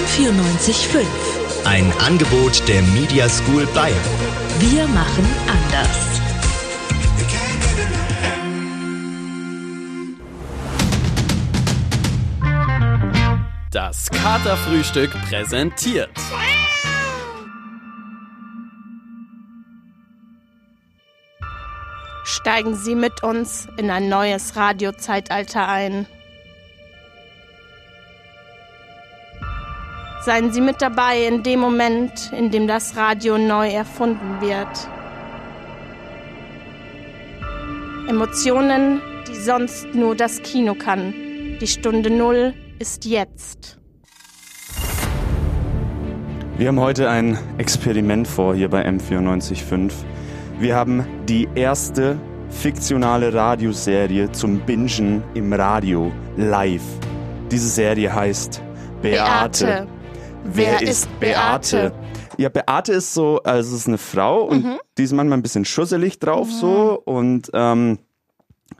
945. Ein Angebot der Media School Bayern. Wir machen anders. Das Katerfrühstück präsentiert. Steigen Sie mit uns in ein neues Radiozeitalter ein. Seien Sie mit dabei in dem Moment, in dem das Radio neu erfunden wird. Emotionen, die sonst nur das Kino kann. Die Stunde Null ist jetzt. Wir haben heute ein Experiment vor hier bei M945. Wir haben die erste fiktionale Radioserie zum Bingen im Radio live. Diese Serie heißt Beate. Wer, ist, Beate? Ja, Beate ist so, also es ist eine Frau und die ist manchmal ein bisschen schusselig drauf so und ähm,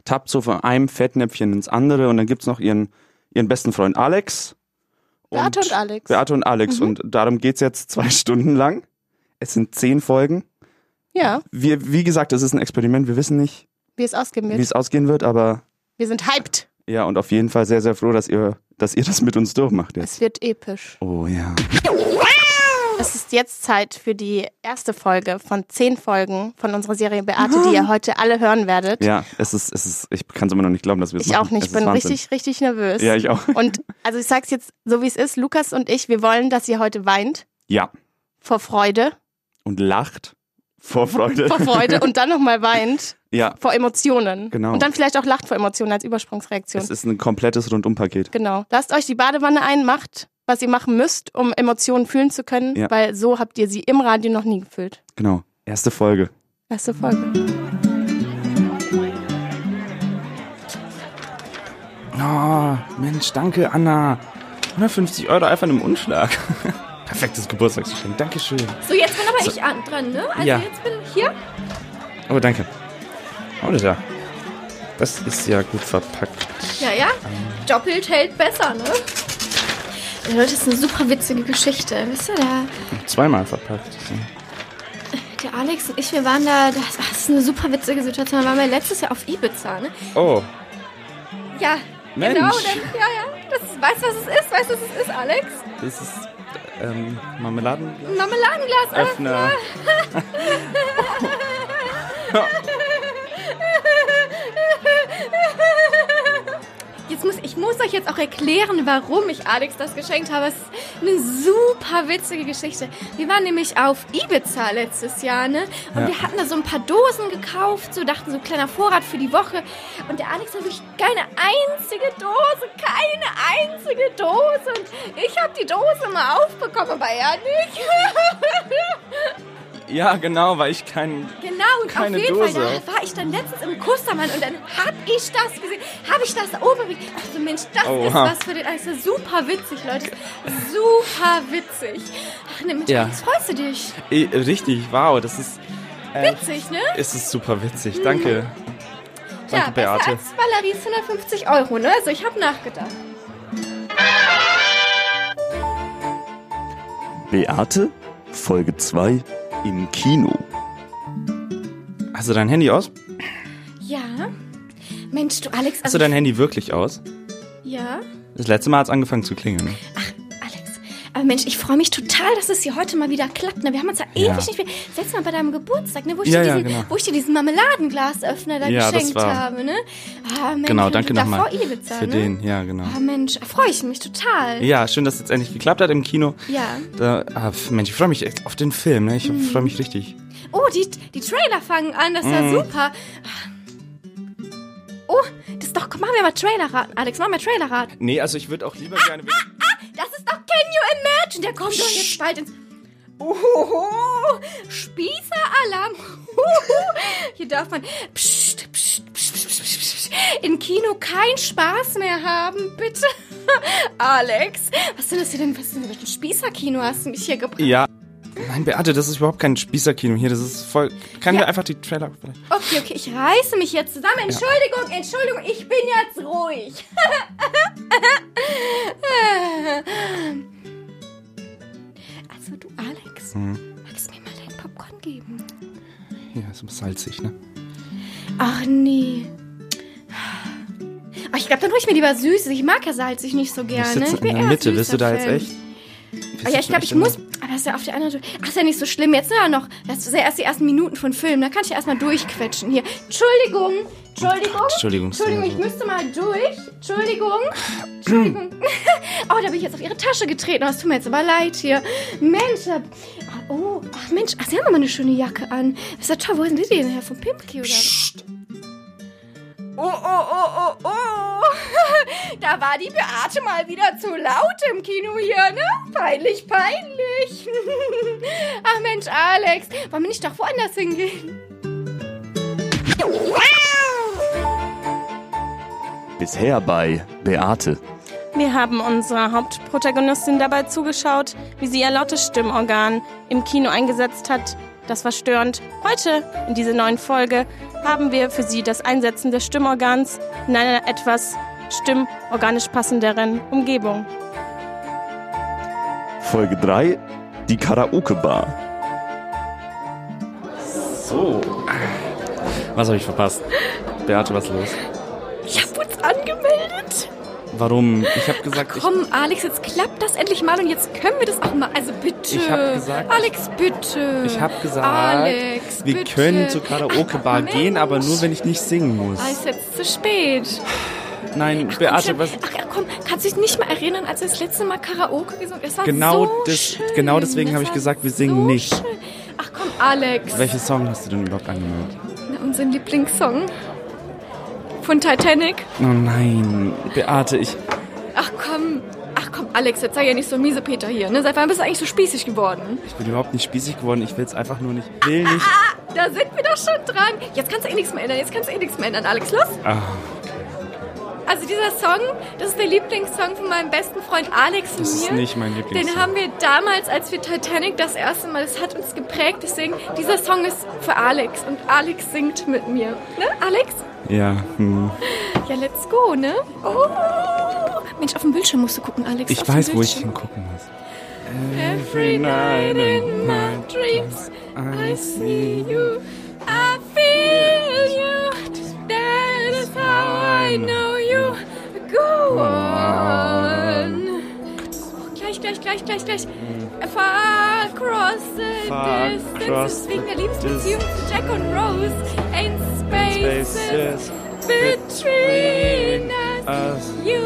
tappt so von einem Fettnäpfchen ins andere und dann gibt's noch ihren, ihren besten Freund Alex. Beate und Alex. Beate und Alex und darum geht's jetzt zwei Stunden lang. Es sind zehn Folgen. Ja, Wir, wie gesagt, es ist ein Experiment, wir wissen nicht, wie es ausgehen wie wird. es ausgehen wird, aber Wir sind hyped. ja und auf jeden Fall sehr, sehr froh, dass ihr, dass ihr das mit uns durchmacht jetzt. Es wird episch. Oh ja. Es ist jetzt Zeit für die erste Folge von zehn Folgen von unserer Serie Beate, die ihr heute alle hören werdet. Ah. Ja, es ist, es ist, ich kann es immer noch nicht glauben, dass wir es Ich machen. auch nicht. Es Ich ist bin Wahnsinn. richtig, richtig nervös. Ja, ich auch. Und also ich sag's jetzt so wie es ist, Lukas und ich, wir wollen, dass ihr heute weint Ja. vor Freude, Und lacht vor Freude. vor Freude und dann nochmal weint ja. vor Emotionen. Genau. Und dann vielleicht auch lacht vor Emotionen als Übersprungsreaktion. Es ist ein komplettes Rundumpaket. Genau. Lasst euch die Badewanne ein, macht, was ihr machen müsst, um Emotionen fühlen zu können, Ja. weil so habt ihr sie im Radio noch nie gefühlt. Genau. Erste Folge. Erste Folge. Oh, Mensch, danke, Anna. 150 Euro einfach in einem Umschlag. Perfektes Geburtstagsgeschenk, Dankeschön. So, jetzt bin aber ich an, dran, ne? Also Ja. jetzt bin ich hier. Oh, danke. Oh, da. Das ist ja gut verpackt. Ja, ja. Doppelt hält besser, ne? Ja, Leute, das ist eine super witzige Geschichte. Wisst ihr, der, Zweimal verpackt. der Alex und ich, wir waren da, das, ach, das ist eine super witzige Situation. Da waren wir letztes Jahr auf Ibiza, ne? Oh, Ja, Mensch. genau. Dann, ja, ja. Das ist, weißt du, was es ist? Weißt du, was es ist, Alex? das ist ähm, Marmeladenöffner. Ein Marmeladenglas. Jetzt muss, ich muss euch jetzt auch erklären, warum ich Alex das geschenkt habe. Es ist eine super witzige Geschichte. Wir waren nämlich auf Ibiza letztes Jahr, ne? Und wir hatten da so ein paar Dosen gekauft, so dachten so kleiner Vorrat für die Woche. Und der Alex hat wirklich keine einzige Dose, keine einzige Dose. Und ich habe die Dose mal aufbekommen, aber er nicht. Ja, genau, weil ich keinen. Genau, und Keine auf jeden Fall, Dose. da war ich dann letztens im Kustermann und dann hab ich das gesehen, hab ich das da oben gesehen. Ich dachte, Mensch, das Oha. ist was für den Eis. Das ist Super witzig, Leute. Super witzig. Ach ne, Mensch, Ja. Alex, freust du dich? Eh, richtig, wow, das ist. Äh, Witzig, ne? es ist super witzig, danke. Tja, Danke, Beate. besser als Valerie 150 Euro, ne? Also ich hab nachgedacht. Beate, Folge 2 im Kino. Hast du dein Handy aus? Ja. Mensch, du Alex, also Hast du dein Handy wirklich aus? ja. Das letzte Mal hat es angefangen zu klingeln. ne? Alex, aber Mensch, ich freue mich total, dass es hier heute mal wieder klappt. Ne? Wir haben uns ja, Ja. ewig nicht mehr. Selbst mal bei deinem Geburtstag, ne? wo, ich Ja, dir ja, diesen, genau. wo ich dir diesen Marmeladenglasöffner da Ja, das geschenkt war- habe. Ne? Ah, Mensch, Genau, und danke davor nochmal. Ibiza, Für ne? den, ja, genau. Ah, Mensch, da freue ich mich total. Ja, schön, dass es jetzt endlich geklappt hat im Kino. Ja. Mhm. Da, ah, f- Mensch, ich freue mich echt auf den Film, ne? Ich freue mich richtig. Oh, die, die Trailer fangen an, das ist Mhm. ja super. Ah. Oh, das ist doch, komm, machen wir mal Trailer raten. Alex, machen wir Trailer raten. Nee, also ich würde auch lieber gerne. Ah, Das ist doch Can You Imagine? Der kommt doch jetzt bald ins. Ohoho! Spießeralarm! Huhu. Hier darf man. Psst, psst, psst, psst, psst, psst. In Kino keinen Spaß mehr haben, bitte. Alex, was sind das hier denn? Was ist denn das für ein Spießerkino hast du mich hier gebracht? Ja. Nein, Beate, das ist überhaupt kein Spießerkino hier. Das ist voll. Kann wir einfach die Trailer. Okay, okay, ich reiße mich jetzt zusammen. Entschuldigung, Entschuldigung, ich bin jetzt ruhig. Also Hm. so salzig, Ah, ne? Ach nee. Ach, ich glaube, dann hole ich mir lieber Süßes. Ich mag ja salzig nicht so Wir gerne. sitzen ich bin in der eher Mitte. Willst du da jetzt Süßer-Fan. echt? Oh ja, ich glaube, ich muss. Aber ist ja auf der anderen Seite. Ach, ist ja nicht so schlimm. Jetzt sind ja noch. Das ist ja erst die ersten Minuten von Film. Da kann ich ja erstmal durchquetschen hier. Entschuldigung. Entschuldigung. Entschuldigung, Entschuldigung, ich Sarah. müsste mal durch. Entschuldigung. Entschuldigung. Oh, da bin ich jetzt auf ihre Tasche getreten. Oh, Es tut mir jetzt aber leid hier. Mensch. da- Oh, ach Mensch. Ach, sie haben aber eine schöne Jacke an. Ist ja toll. Wo sind die denn her? Von Pimpki oder? Oh, oh, oh, oh, oh. Da war die Beate mal wieder zu laut im Kino hier, ne? Peinlich, peinlich. Ach Mensch, Alex, wollen wir nicht doch woanders hingehen? Bisher bei Beate. Wir haben unserer Hauptprotagonistin dabei zugeschaut, wie sie ihr lautes Stimmorgan im Kino eingesetzt hat. Das war störend. Heute, in dieser neuen Folge, haben wir für sie das Einsetzen des Stimmorgans in einer etwas stimmorganisch passenderen Umgebung. Folge 3, die Karaoke-Bar. Oh. Was habe ich verpasst? Beate, was los? Ich hab uns angemeldet. Warum? Ich habe gesagt, ich, Komm, Alex, jetzt klappt das endlich mal und jetzt können wir das auch mal. Also bitte. Ich hab gesagt- Alex, bitte. ich habe gesagt, Alex, wir bitte. können zur Karaoke-Bar Mensch. gehen, aber nur, wenn ich nicht singen muss. Ah, ist jetzt zu spät. Nein, Schön. Beate, also was? Ach ja, komm, kannst du dich nicht mehr erinnern, als wir das letzte Mal Karaoke gesungen haben? Das war Genau so das- schön. genau deswegen Das habe ich war gesagt, wir singen so nicht. Schön. Ach komm, Alex, Welchen Song hast du denn überhaupt angemeldet? Na, unseren Lieblingssong von Titanic. Oh nein, Beate, ich. Ach komm, ach komm, Alex, jetzt sei ja nicht so miese Peter hier. Ne? Seit wann bist du eigentlich so spießig geworden? Ich bin überhaupt nicht spießig geworden. Ich will es einfach nur nicht. Will nicht. Da sind wir doch schon dran. Jetzt kannst du eh nichts mehr ändern, jetzt kannst du eh nichts mehr ändern. Alex, los. Ah, Also dieser Song, das ist der Lieblingssong von meinem besten Freund Alex und das mir. ist nicht mein Lieblingssong. Den haben wir damals, als wir Titanic das erste Mal, das hat uns geprägt, deswegen, dieser Song ist für Alex und Alex singt mit mir. Ne, Alex? Ja, hm. Ja, let's go, ne? Oh! Mensch, auf dem Bildschirm musst du gucken, Alex. ich auf dem weiß, wo ich Bildschirm. hingucken muss. Every night in my dreams I see you, I feel you. That is how I know you. Go on. Oh, gleich, gleich, gleich, gleich, gleich. Far across the Far distances across wegen der the Liebesbeziehung zu Jack und Rose and spaces Spaces between us. Us, You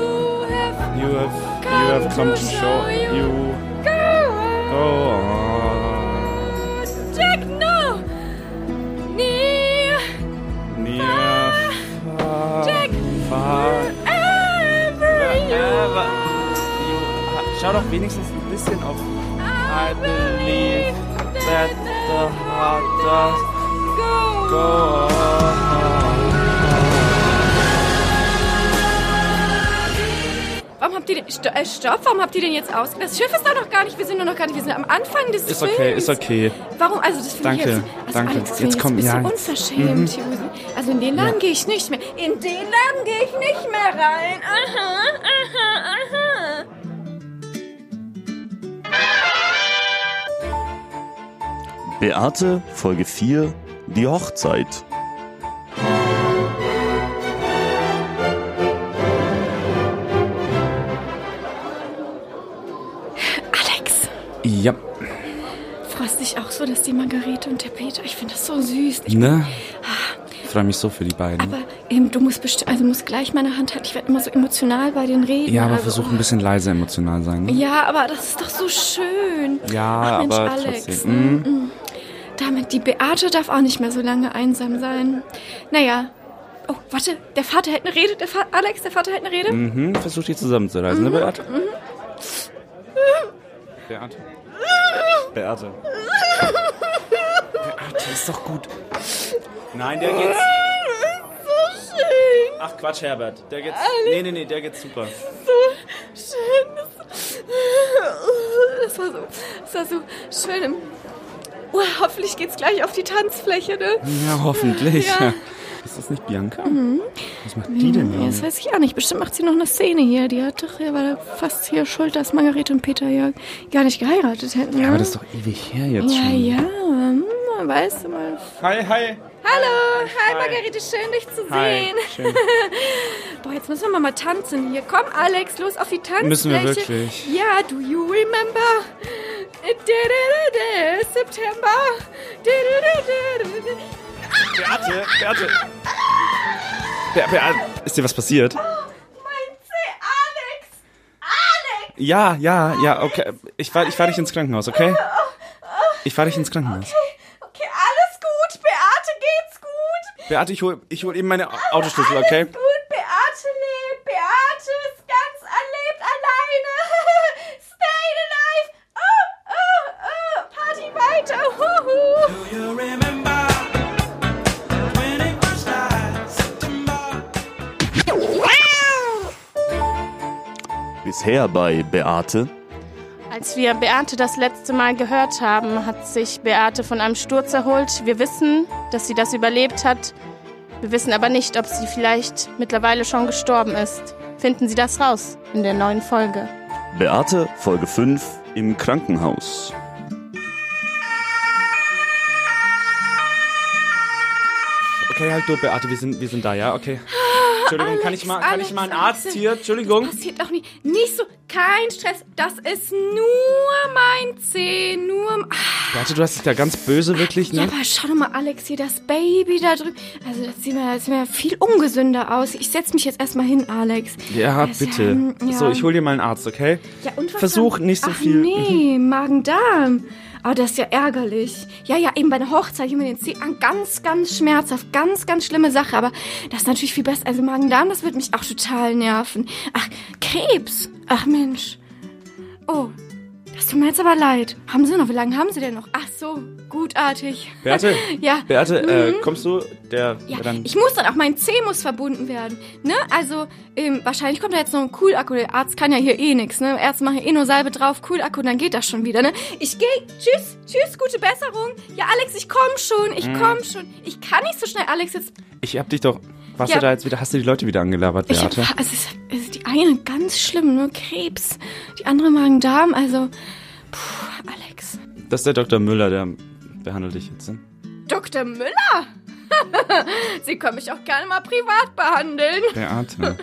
have you have, you have come to show you. Oh, gone. Go on. Jack, no! Nee! Near, far, Jack! far, Ever you ever. You, ah, schau doch wenigstens ein bisschen auf. I believe that the heart does go! go on. Warum habt ihr den. Sto äh, stopp, warum habt ihr den jetzt aus? Das Schiff ist da noch gar nicht, wir sind nur noch gar nicht, wir sind am Anfang des Ist Films. okay, ist okay. Warum? Also, das finde ich Danke, jetzt. Also, danke. Alex, Jetzt das finde ich komm, jetzt ein ja, Mhm. bisschen unverschämt. Husen. Also, in den Laden gehe ich nicht mehr. In den Laden gehe ich nicht mehr rein. Aha, aha, aha. Beate, Folge 4, die Hochzeit. Alex, Ja, freust dich auch so, dass die Margarete und der Peter. Ich finde das so süß. Ich ne? Ah. Ich freue mich so für die beiden. Aber ähm, du musst besti- also musst gleich meine Hand halten. Ich werde immer so emotional bei den Reden. Ja, aber also, Mhm. versuch ein bisschen leise emotional sein. Ne? Ja, aber das ist doch so schön. Ja, Ach, Mensch, aber Alex, trotzdem. ne? Mhm. Damit die Beate darf auch nicht mehr so lange einsam sein. Naja. Oh, warte, der Vater hält eine Rede. Der Fa Alex, der Vater hält eine Rede. Mhm, versuch die zusammenzureißen, Mhm. ne, Beate? Beate. Beate. Beate, ist doch gut. Nein, der geht's. Ach Quatsch, Herbert. Der geht's. Nee, nee, nee, der geht's super. Das war so, das war so schön. im- Oh, hoffentlich geht's gleich auf die Tanzfläche, ne? Ja, hoffentlich. Ja. Mhm. Ist das nicht Bianca? Was macht die denn Ja, hier? das weiß ich auch nicht. Bestimmt macht sie noch eine Szene hier. Die hat doch, ja, war da fast hier schuld, dass Margarete und Peter ja gar nicht geheiratet hätten. Ja, ne? aber das ist doch ewig her jetzt ja, schon. ja, hm, weißt du mal. Hi, hi. Hallo, hi Margarete, schön dich zu Hi. sehen. Schön. Boah, jetzt müssen wir mal, mal tanzen hier. Komm, Alex, los auf die Tanzfläche. Müssen wir wirklich? Ja, do you remember? Äh, Da, da, da, da, September. Da, da, da, da, da, da. Beate, Beate. Be Beate. Ist dir was passiert? Oh, Mein Zeh, Alex! Alex! Ja, ja, ja, okay. Ich fahr, ich fahr dich ins Krankenhaus, okay? Ich fahr dich ins Krankenhaus. Oh, Okay, alles gut, Beate, geht's gut? Beate, ich hol, ich hol eben meine Autoschlüssel, okay? Alles gut, Beate lebt. Beate ist ganz erlebt alleine. Stay alive. Oh, oh, oh. Party weiter. Huhu. Bisher bei Beate. Als wir Beate das letzte Mal gehört haben, hat sich Beate von einem Sturz erholt. Wir wissen, dass sie das überlebt hat. Wir wissen aber nicht, ob sie vielleicht mittlerweile schon gestorben ist. Finden Sie das raus in der neuen Folge. Beate, Folge 5 im Krankenhaus. Okay, halt du, Beate, wir sind, wir sind da, ja, okay. Entschuldigung, kann ich mal, kann Alex, ich mal einen Alex, Arzt hier? Entschuldigung. Passiert auch nie. Nicht so. Kein Stress. Das ist nur mein Zeh. Nur. Ah, Beate, du hast dich da ganz böse wirklich, ja, ne? aber schau doch mal, Alex, hier das Baby da drüben. Also, das sieht mir, das sieht mir viel ungesünder aus. Ich setz mich jetzt erstmal hin, Alex. Ja, Das, bitte. ähm, ja. So, ich hol dir mal einen Arzt, okay? Ja, und was Versuch dann- nicht so Ach, viel. Mhm. Nee, Magen-Darm. Oh, das ist ja ärgerlich. Ja, ja, eben bei der Hochzeit hier mit den Zehen. an. Ganz, ganz schmerzhaft. Ganz, ganz schlimme Sache. Aber das ist natürlich viel besser. Also Magen-Darm, das wird mich auch total nerven. Ach, Krebs. Ach, Mensch. Oh, das tut mir jetzt aber leid. Haben Sie noch? Wie lange haben Sie denn noch? Ach so, gutartig. Beate, Ja. Mhm. Beate, äh, kommst du? Der, Ja, der dann. ich muss dann auch, mein C muss verbunden werden. Ne? Also, ähm, wahrscheinlich kommt da jetzt noch ein Cool-Akku. Der Arzt kann ja hier eh nix, ne? Ärzte machen ja eh nur Salbe drauf, Cool-Akku, dann geht das schon wieder, ne? Ich gehe, tschüss, tschüss, gute Besserung. Ja, Alex, ich komm schon, ich komm schon. Ich kann nicht so schnell, Alex, jetzt. Ich hab dich doch. Warst Ja. du da jetzt wieder? Hast du die Leute wieder angelabert, Ich Beate? hab, also, es- also, die eine ganz schlimm, ne? Krebs. Die andere Magen-Darm, also, puh, Alex. Das ist der Dr. Müller, der behandelt dich jetzt. Ne? Dr. Müller? Sie können mich auch gerne mal privat behandeln. Beate.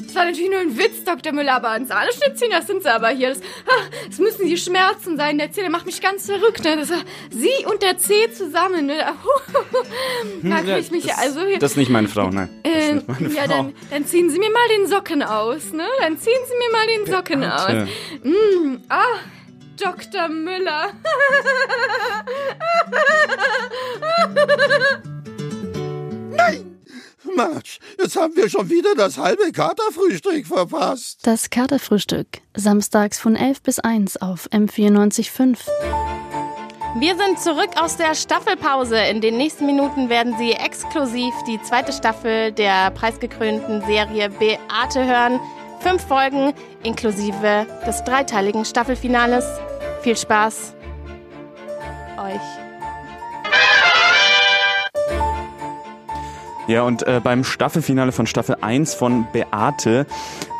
Das war natürlich nur ein Witz, Dr. Müller, aber ein Sahneschnittchen, das sind sie aber hier. Das, ah, das müssen die Schmerzen sein. Der Zeh, der macht mich ganz verrückt. Ne? Das, war sie und der Zeh zusammen. Ne? Da krieg ich mich ja, also hier. Hm, Das ist nicht meine Frau, nein. das ist ähm, nicht meine Frau. ja, dann, dann ziehen Sie mir mal den Socken aus, ne? Dann ziehen Sie mir mal den Socken aus. Beate. Ah, Dr. Müller. Mensch, jetzt haben wir schon wieder das halbe Katerfrühstück verpasst. Das Katerfrühstück, samstags von 11 bis 1 auf M945. Wir sind zurück aus der Staffelpause. In den nächsten Minuten werden Sie exklusiv die zweite Staffel der preisgekrönten Serie Beate hören. Fünf Folgen inklusive des dreiteiligen Staffelfinales. Viel Spaß euch. Ja, und äh, beim Staffelfinale von Staffel 1 von Beate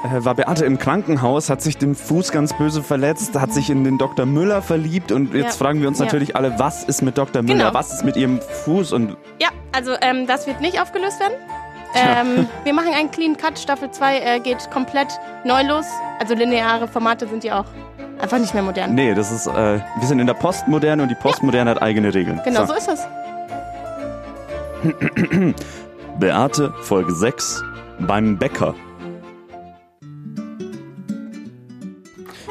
äh, war Beate im Krankenhaus, hat sich den Fuß ganz böse verletzt, hat sich in den Dr. Müller verliebt und jetzt Ja. fragen wir uns Ja. natürlich alle, was ist mit Dr. Müller? Genau. Was ist mit ihrem Fuß? Und Ja, also ähm, das wird nicht aufgelöst werden. Ähm, wir machen einen Clean Cut. Staffel 2 äh, geht komplett neu los. Also lineare Formate sind ja auch einfach nicht mehr modern. nee, das ist, äh, wir sind in der Postmoderne und die Postmoderne hat eigene Regeln. Genau, So. so ist das. Beate, Folge 6, beim Bäcker.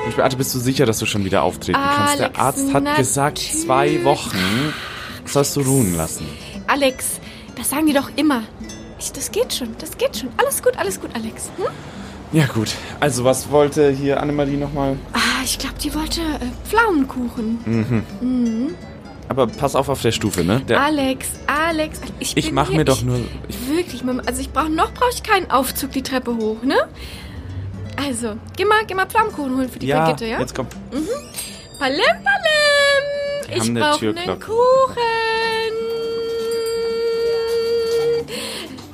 Mensch, Beate, bist du sicher, dass du schon wieder auftreten kannst? Der Alex, Arzt hat gesagt, natürlich. zwei Wochen sollst du ruhen lassen. Alex, das sagen die doch immer. Ich, das geht schon, das geht schon. Alles gut, alles gut, Alex. Hm? Ja gut, also was wollte hier Annemarie nochmal? Ah, ich glaube, die wollte äh, Pflaumenkuchen. Aber pass auf auf der Stufe, ne? Ah, Der, Alex, Alex, ich, ich bin mach hier, mir doch ich, nur... Ich, Wirklich, Mama, also ich brauche noch brauche ich keinen Aufzug die Treppe hoch, ne? Also, geh mal, geh mal Pflaumenkuchen holen für die ja, Brigitte, ja? jetzt komm. Palim, palim! Wir Ich haben eine brauche einen Türglocke. Kuchen!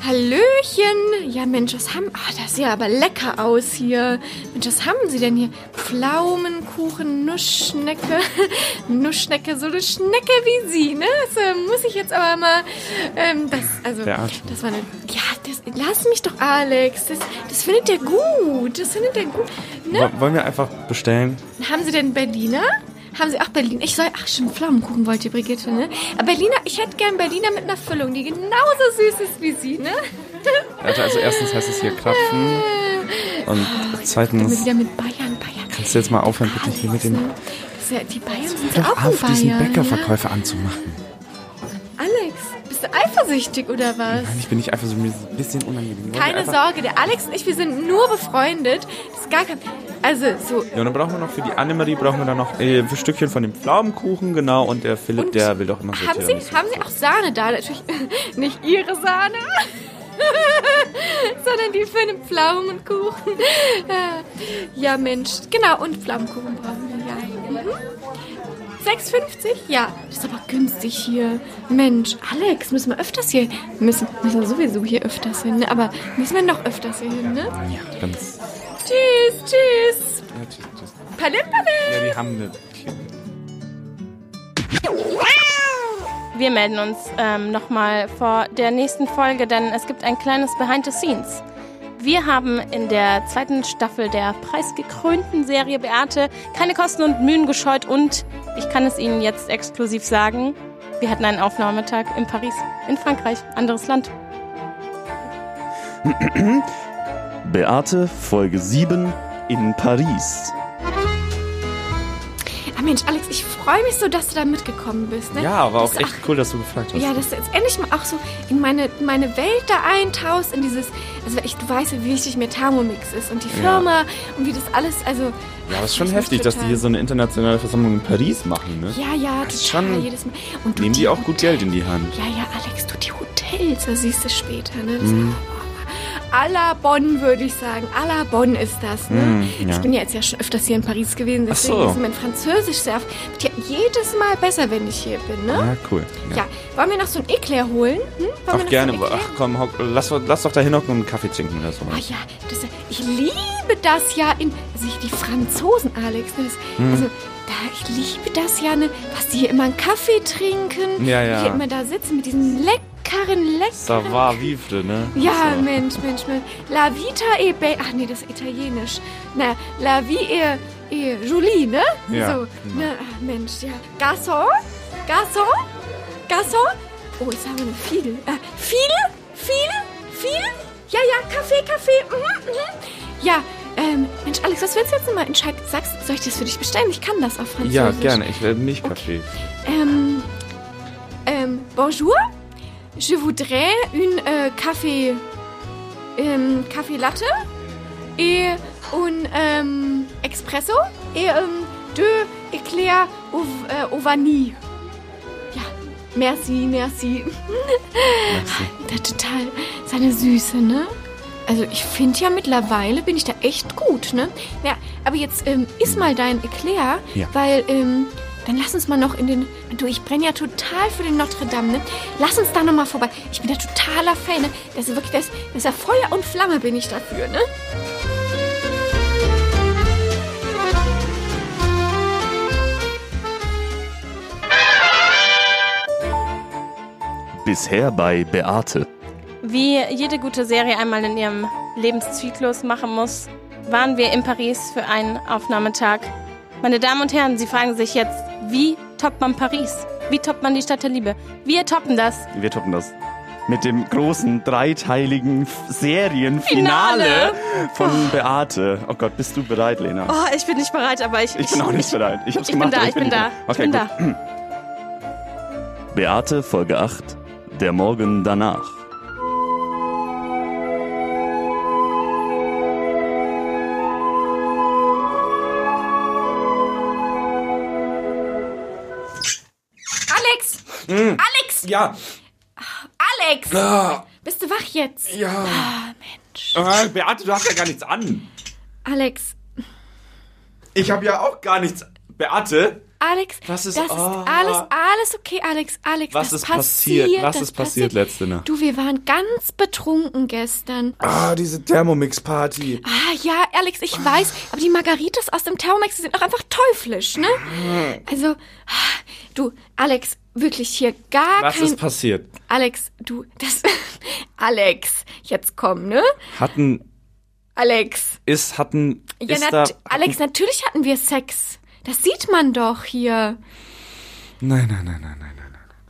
Hallöchen. Ja, Mensch, was haben... Ah, das sieht ja aber lecker aus hier. Mensch, was haben Sie denn hier? Pflaumenkuchen, Nussschnecke. Nussschnecke, so eine Schnecke wie Sie, ne? Das äh, muss ich jetzt aber mal... Ähm, das, also, Der Arsch. das war eine... Ja, das, lass mich doch, Alex. Das, das findet der gut. Das findet der gut. Ne? Wo- Wollen wir einfach bestellen? Haben Sie denn Berliner? Haben Sie auch Berlin? Ich soll. Ach, schon Pflaumenkuchen wollt ihr, Brigitte, ne? Aber Berliner, ich hätte gern Berliner mit einer Füllung, die genauso süß ist wie sie, ne? Also, also erstens heißt es hier Krapfen und Immer zweitens wieder mit Bayern, Bayern. kannst du jetzt mal aufhören, bitte hier mit dem Ne? Das ist ja, die Bayern sind ja doch auch in auf, diesen Bayern. Ja? Bäckerverkäufer anzumachen. Alex, bist du eifersüchtig oder was? Nein, ich bin nicht einfach so mir ist es ein bisschen unangenehm. Wollen wir Keine einfach- Sorge, der Alex und ich, wir sind nur befreundet. Das ist gar kein. Also, so. Ja, und dann brauchen wir noch für die Annemarie brauchen wir dann noch äh, ein Stückchen von dem Pflaumenkuchen, genau. Und der Philipp, Und der will doch immer so Haben Sie, Tiramisu. haben Sie auch Sahne da? Natürlich nicht Ihre Sahne, sondern die für den Pflaumenkuchen. Äh, Ja, Mensch. Genau, und Pflaumenkuchen brauchen wir, ja. Mhm. 6,50? Ja, das ist aber günstig hier. Mensch, Alex, müssen wir öfters hier... Müssen, müssen wir sowieso hier öfters hin, ne? aber müssen wir noch öfters hier hin, ne? Ja, ganz. Tschüss, tschüss. Ja, tschüss, tschüss. Palim, palim. ja, die haben eine. Wir melden uns ähm, nochmal vor der nächsten Folge, denn es gibt ein kleines Behind the Scenes. Wir haben in der zweiten Staffel der preisgekrönten Serie Beate keine Kosten und Mühen gescheut und, ich kann es Ihnen jetzt exklusiv sagen, wir hatten einen Aufnahmetag in Paris, in Frankreich, anderes Land. Beate, Folge 7 in Paris. Ah, Mensch, Alex, ich freue mich so, dass du da mitgekommen bist. Ne? Ja, aber Das auch ist echt cool, dass du gefragt hast. Ja, dass du jetzt endlich mal auch so in meine, meine Welt da eintauchst, in dieses, also ich, du weißt ja, wie wichtig mir Thermomix ist und die Firma und wie das alles, also... Ja, das ist schon heftig, dass die hier so eine internationale Versammlung in Paris machen, ne? Ja, ja, total, ist schon- jedes Mal. Und du Nehmen die auch gut Geld in die Hand. Ja, ja, Alex, du die Hotels, das siehst du später, ne? Das Mhm. A la Bonn, würde ich sagen. A la Bonn ist das, ne? Mhm, ja. Ich bin ja jetzt ja schon öfters hier in Paris gewesen, Ach deswegen so. ist mein Französisch sehr... Wird ja jedes Mal besser, wenn ich hier bin, ne? Ja, cool. Ja, wollen wir noch so ein Eclair holen? Hm? Wollen wir noch Auch gerne. So ein Eclair? Ach komm, hock, lass, lass doch da hinhocken und einen Kaffee trinken oder so. Ah ja, das, ich liebe das ja in sich die Franzosen, Alex. Das, Hm. Also da, ich liebe das ja, ne, was die hier immer einen Kaffee trinken, Ja, ja. die hier immer da sitzen mit diesen leckeren, Ça leckeren. va vivre, ne? Ja, so. Mensch, Mensch, Mensch. La vita e bella. Ach nee, das ist italienisch. Na, la vie e, e jolie, ne? Ja, genau. So, ne, ach, Mensch, ja. Garçon? Garçon? Garçon? Oh, jetzt haben wir eine Fiedel. Äh, Fiedel? Fiedel? Fiedel? Ja, ja, Kaffee, Kaffee. Mhm, mhm. Ja, ähm, Mensch, Alex, was willst du jetzt nochmal entscheiden? Sagst du, soll ich das für dich bestellen? Ich kann das auf Französisch. Ja, gerne. Ich will Milchkaffee. Ähm, ähm, bonjour. Je voudrais une euh, café, ähm, café latte et un ähm, expresso et ähm, deux éclairs au, äh, au vanille. Ja, merci, merci. Ja, total seine Süße, ne? Also ich finde ja mittlerweile bin ich da echt gut, ne? Ja, aber jetzt ähm, isst mal dein Eclair, Ja. weil ähm, dann lass uns mal noch in den. Du, ich brenne ja total für den Notre Dame, ne? Lass uns da noch mal vorbei. Ich bin da totaler Fan, ne? Das ist wirklich das, das ist ja Feuer und Flamme bin ich dafür, ne? Bisher bei Beate. Wie jede gute Serie einmal in ihrem Lebenszyklus machen muss, waren wir in Paris für einen Aufnahmetag. Meine Damen und Herren, Sie fragen sich jetzt, wie toppt man Paris? Wie toppt man die Stadt der Liebe? Wir toppen das. Wir toppen das. Mit dem großen dreiteiligen F- Serienfinale von Beate. Oh Gott, bist du bereit, Lena? Ah. Oh, ich bin nicht bereit, aber ich. ich bin auch nicht bereit. Ich hab's Ich bin gemacht. da, aber ich bin da. Ich Okay, bin gut. da. Beate, Folge 8. Der Morgen danach. Alex! Alex! Ja, Alex! Bist du wach jetzt? ja. Ah, Mensch. Äh, Beate, du hast ja gar nichts an. Alex, Ich habe ja auch gar nichts. Beate, Alex, Was ist- das ist ah. alles, alles okay, Alex, Alex. Was das ist passiert? Was das ist passiert letzte Nacht? Du, wir waren ganz betrunken gestern. Ah, diese Thermomix-Party. Ah ja, Alex, ich weiß, aber die Margaritas aus dem Thermomix die sind auch einfach teuflisch, ne? Also, ah, du, Alex, wirklich hier gar Was kein... ist passiert? Alex, du, das... Alex, jetzt komm, ne? Hatten, Alex. ist, hatten, Ja, ist da... nat Alex, natürlich hatten wir Sex. Das sieht man doch hier. Nein, nein, nein, nein, nein.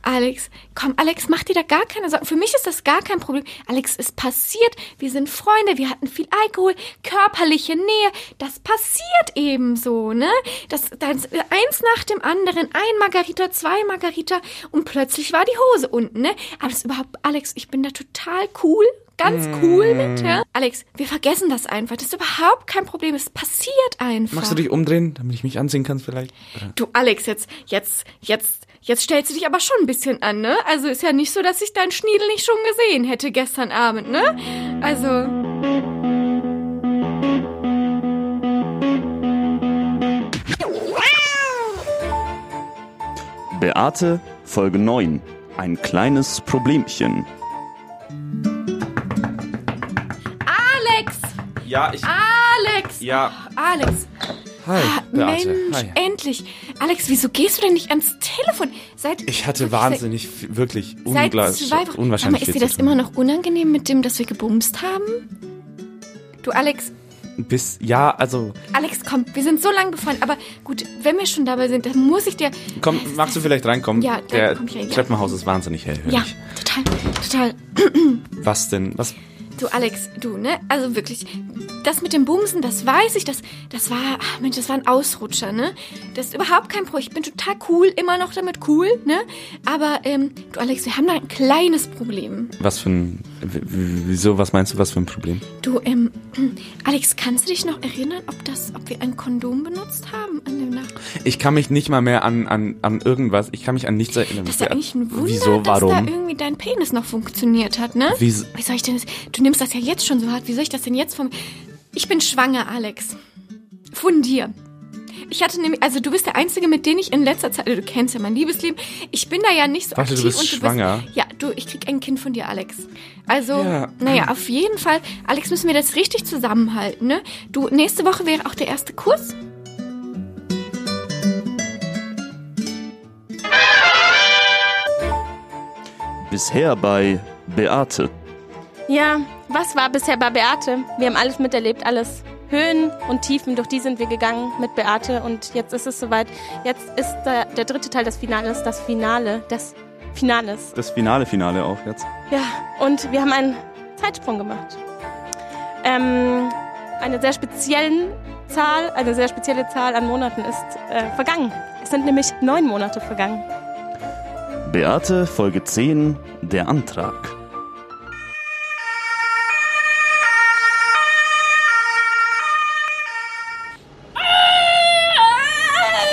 Alex, komm, Alex, mach dir da gar keine Sorgen. Für mich ist das gar kein Problem. Alex, es passiert. Wir sind Freunde, wir hatten viel Alkohol, körperliche Nähe. Das passiert eben so, ne? Das, das eins nach dem anderen, ein Margarita, zwei Margarita und plötzlich war die Hose unten, ne? Aber es ist überhaupt, Alex, ich bin da total cool. Ganz cool Mm. mit, ja? Alex, wir vergessen das einfach. Das ist überhaupt kein Problem. Es passiert einfach. Magst du dich umdrehen, damit ich mich ansehen kann vielleicht? Oder? Du Alex, jetzt, jetzt, jetzt, jetzt stellst du dich aber schon ein bisschen an, ne? Also ist ja nicht so, dass ich deinen Schniedel nicht schon gesehen hätte gestern Abend, ne? Also, Beate, Folge 9. Ein kleines Problemchen. Alex, Ja, Ah. ich... Alex, Ja. Alex, Hi, Beate. Ah, Mensch, Hi. endlich. Alex, wieso gehst du denn nicht ans Telefon? Seit, Ich hatte wirklich wahnsinnig, viel- wirklich Seit, seit unglaublich, zwei Wochen. Sag mal, unwahrscheinlich ist dir viel das zu tun. immer noch unangenehm mit dem, dass wir gebumst haben? Du Alex, Bis, ja, also, Alex, komm, wir sind so lange befreundet, aber gut, wenn wir schon dabei sind, dann muss ich dir komm, magst du vielleicht reinkommen? Ja, Der komm ich rein, ja. Treppenhaus ist wahnsinnig ja, hellhörig. total, total Was denn? Was? Du Alex, du, ne? Also wirklich, das mit dem Bumsen, das weiß ich, das, das war, ach Mensch, das war ein Ausrutscher, ne? Das ist überhaupt kein Problem. Ich bin total cool, immer noch damit cool, ne? Aber, ähm, du Alex, wir haben da ein kleines Problem. Was für ein... w- w- Wieso, was meinst du, was für ein Problem? Du, ähm, Alex, kannst du dich noch erinnern, ob das, ob wir ein Kondom benutzt haben an dem Nacht? Ich kann mich nicht mal mehr an, an, an irgendwas, ich kann mich an nichts erinnern. Das ist ja eigentlich ein Wunder, Wieso, dass warum? da irgendwie dein Penis noch funktioniert hat, ne? Wieso- Wie soll ich denn das? Du nimmst das ja jetzt schon so hart. Wie soll ich das denn jetzt vom. Ich bin schwanger, Alex. Von dir. Ich hatte nämlich, also du bist der Einzige, mit dem ich in letzter Zeit, also du kennst ja mein Liebesleben, ich bin da ja nicht so Warte, du aktiv. bist und schwanger? Ja, du, ich krieg ein Kind von dir, Alex. Also, Ja. naja, auf jeden Fall, Alex, müssen wir das richtig zusammenhalten, ne? Du, nächste Woche wäre auch der erste Kurs. Bisher bei Beate. Ja, was war bisher bei Beate? Wir haben alles miterlebt, alles. Höhen und Tiefen, durch die sind wir gegangen mit Beate und jetzt ist es soweit. Jetzt ist der, der dritte Teil des Finales, das Finale, des Finales. Das finale Finale auch jetzt. Ja, und wir haben einen Zeitsprung gemacht. Ähm, eine sehr speziellen Zahl, eine sehr spezielle Zahl an Monaten ist äh, vergangen. Es sind nämlich neun Monate vergangen. Beate, Folge 10. Der Antrag.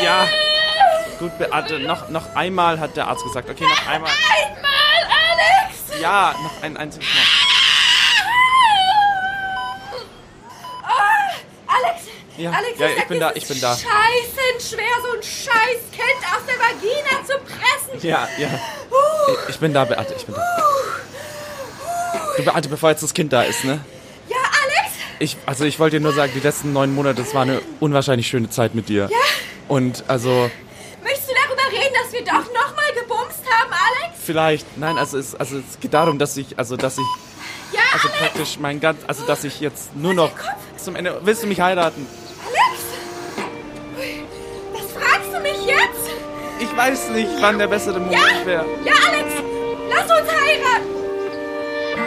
Ja. Gut, Beate, noch, noch einmal hat der Arzt gesagt. Okay, noch einmal. Alex! Ja, noch ein einziges Mal. Alex! Ja, Alex, ja, ich, ich sag bin dir, da, es ich ist bin da. Scheißen schwer, so ein scheiß Kind aus der Vagina zu pressen. Ja, ja. Ich- Ich bin da, Beate, ich bin da. Du, Beate, bevor jetzt das Kind da ist, ne? Ja, Alex! Ich, also ich wollte dir nur sagen, die letzten neun Monate, das war eine unwahrscheinlich schöne Zeit mit dir. Ja. Und also, Möchtest du darüber reden, dass wir doch nochmal gebumst haben, Alex? vielleicht, nein, also es, also es geht darum, dass ich, also dass ich Ja, Also Alex! praktisch mein ganz, also dass ich jetzt nur noch zum Ende. Willst du mich heiraten? Alex! Das fragst du mich jetzt? Ich weiß nicht, wann der bessere Moment wäre. Ja, Alex! Lass uns heiraten!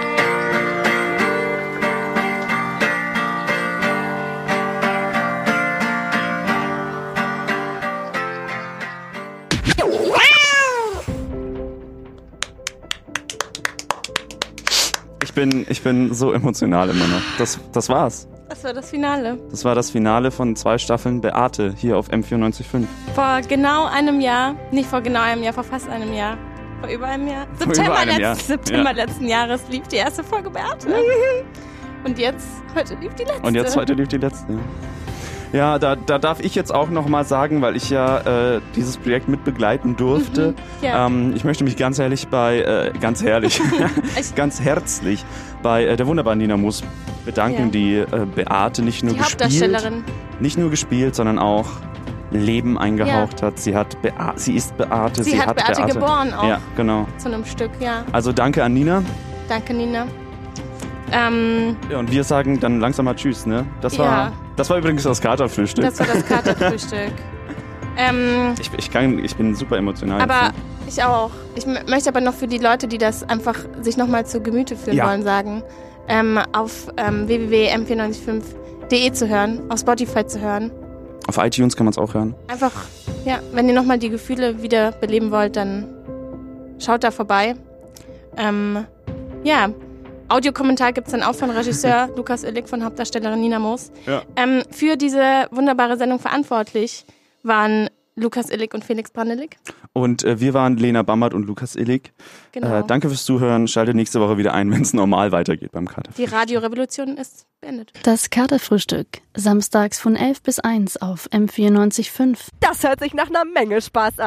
Ich bin, ich bin so emotional immer noch. Das, das war's. Das war das Finale. Das war das Finale von zwei Staffeln Beate hier auf M945. Vor genau einem Jahr, nicht vor genau einem Jahr, vor fast einem Jahr, vor über einem Jahr, über September, einem letzt, Jahr. September Ja. letzten Jahres lief die erste Folge Beate. Und jetzt, heute lief die letzte. Und jetzt heute lief die letzte. ja. Ja, da, da darf ich jetzt auch nochmal sagen, weil ich ja äh, dieses Projekt mitbegleiten durfte. Mhm, ja. ähm, ich möchte mich ganz ehrlich bei, äh, ganz herrlich, ganz herzlich bei äh, der wunderbaren Nina Moos bedanken, Ja. die äh, Beate nicht nur Die gespielt, Hauptdarstellerin. nicht nur gespielt, sondern auch Leben eingehaucht hat. Sie hat Bea sie ist Beate, Sie, sie, hat, Beate, geboren auch Ja, genau. zu einem Stück, ja. Also danke an Nina. Danke, Nina. Ähm, Ja, und wir sagen dann langsam mal Tschüss, ne? Das war, Ja. das war übrigens das Katerfrühstück. das war das Katerfrühstück. ähm, ich, ich, kann, ich bin super emotional. aber jetzt, ich auch. Ich m- möchte aber noch für die Leute, die das einfach sich nochmal zu Gemüte führen Ja. wollen, sagen, ähm, auf ähm, www.m495.de e zu hören, auf Spotify zu hören. ne? Auf iTunes kann man es auch hören. Einfach, ja, wenn ihr nochmal die Gefühle wieder beleben wollt, dann schaut da vorbei. Ähm, ja, Audiokommentar gibt's dann auch von Regisseur Lukas Illig von Hauptdarstellerin Nina Moos. Ja. Ähm, für diese wunderbare Sendung verantwortlich waren Lukas Illig und Felix Brandelig. Und äh, wir waren Lena Bammert und Lukas Illig. Genau. Äh, danke fürs Zuhören. Schaltet nächste Woche wieder ein, wenn es normal weitergeht beim Kater. Die Radiorevolution ist beendet. Das Katerfrühstück. Samstags von 11 bis 1 auf M945. Das hört sich nach einer Menge Spaß an.